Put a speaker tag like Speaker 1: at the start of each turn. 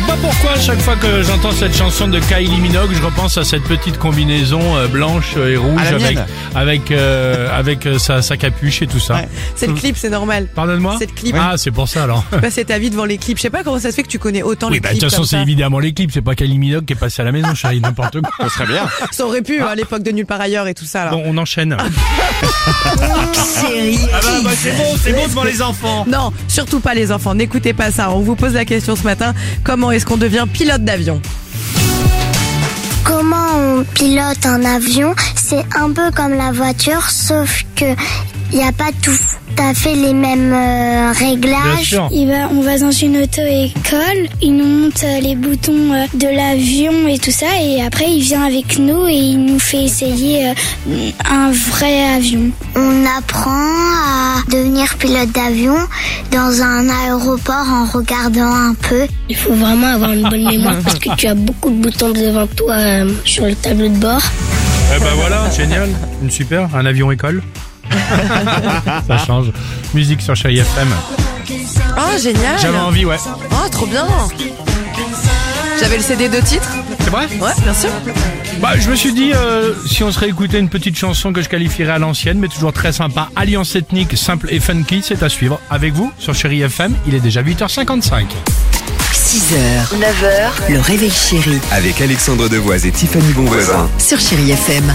Speaker 1: sais pas Ah, pourquoi à chaque fois que j'entends cette chanson de Kylie Minogue, je repense à cette petite combinaison euh, blanche et rouge
Speaker 2: À la
Speaker 1: avec
Speaker 2: mienne.
Speaker 1: avec euh, avec euh, sa, sa capuche et tout ça.
Speaker 3: Ouais. C'est le clip, c'est normal.
Speaker 1: Pardonne-moi.
Speaker 3: C'est le clip.
Speaker 1: Ah, c'est pour ça alors.
Speaker 3: Passer ta vie devant les clips. Je sais pas comment ça se fait que tu connais autant
Speaker 1: Oui,
Speaker 3: les
Speaker 1: bah de
Speaker 3: clips.
Speaker 1: toute façon,
Speaker 3: comme
Speaker 1: c'est
Speaker 3: ça.
Speaker 1: évidemment les clips, c'est pas Kylie Minogue qui est passée à la maison, chérie, n'importe quoi.
Speaker 2: Très bien.
Speaker 3: Ça aurait pu hein, à l'époque de Nulle part ailleurs et tout ça. là.
Speaker 1: Ah. Bon, on enchaîne.
Speaker 4: Chérie Kids.
Speaker 1: bon, c'est bon devant les enfants.
Speaker 3: Non, surtout pas les enfants. N'écoutez pas ça. On vous pose la question ce matin. Comment est-ce qu'on devient pilote d'avion
Speaker 5: Comment on pilote un avion, c'est un peu comme la voiture, sauf que il n'y a pas tout à fait les mêmes euh,
Speaker 1: Bien
Speaker 5: réglages.
Speaker 1: sûr.
Speaker 5: Et ben, on va dans une auto-école, il nous montre euh, les boutons euh, de l'avion et tout ça, et après il vient avec nous et il nous fait essayer euh, un vrai avion. On apprend à devenir pilote d'avion dans un aéroport en regardant un peu.
Speaker 6: Il faut vraiment avoir une bonne mémoire parce que tu as beaucoup de boutons devant toi euh, sur le tableau de bord.
Speaker 1: Eh ben voilà, génial. Une super, un avion école. ça change. Musique sur Chérie FM.
Speaker 3: Ah, génial
Speaker 1: J'avais envie, ouais.
Speaker 3: Ah, trop bien J'avais le CD de titre
Speaker 1: C'est vrai
Speaker 3: Ouais, bien sûr.
Speaker 1: Bah, je me suis dit, euh, si on serait écouté une petite chanson que je qualifierais à l'ancienne, mais toujours très sympa, Alliance ethnique, simple et funky, c'est à suivre. Avec vous, sur Chéri FM, il est déjà 8h55.
Speaker 4: 6h, 9h, le réveil chéri
Speaker 7: Avec Alexandre Devoise et Tiffany Bonvoisin.
Speaker 4: sur Chérie FM.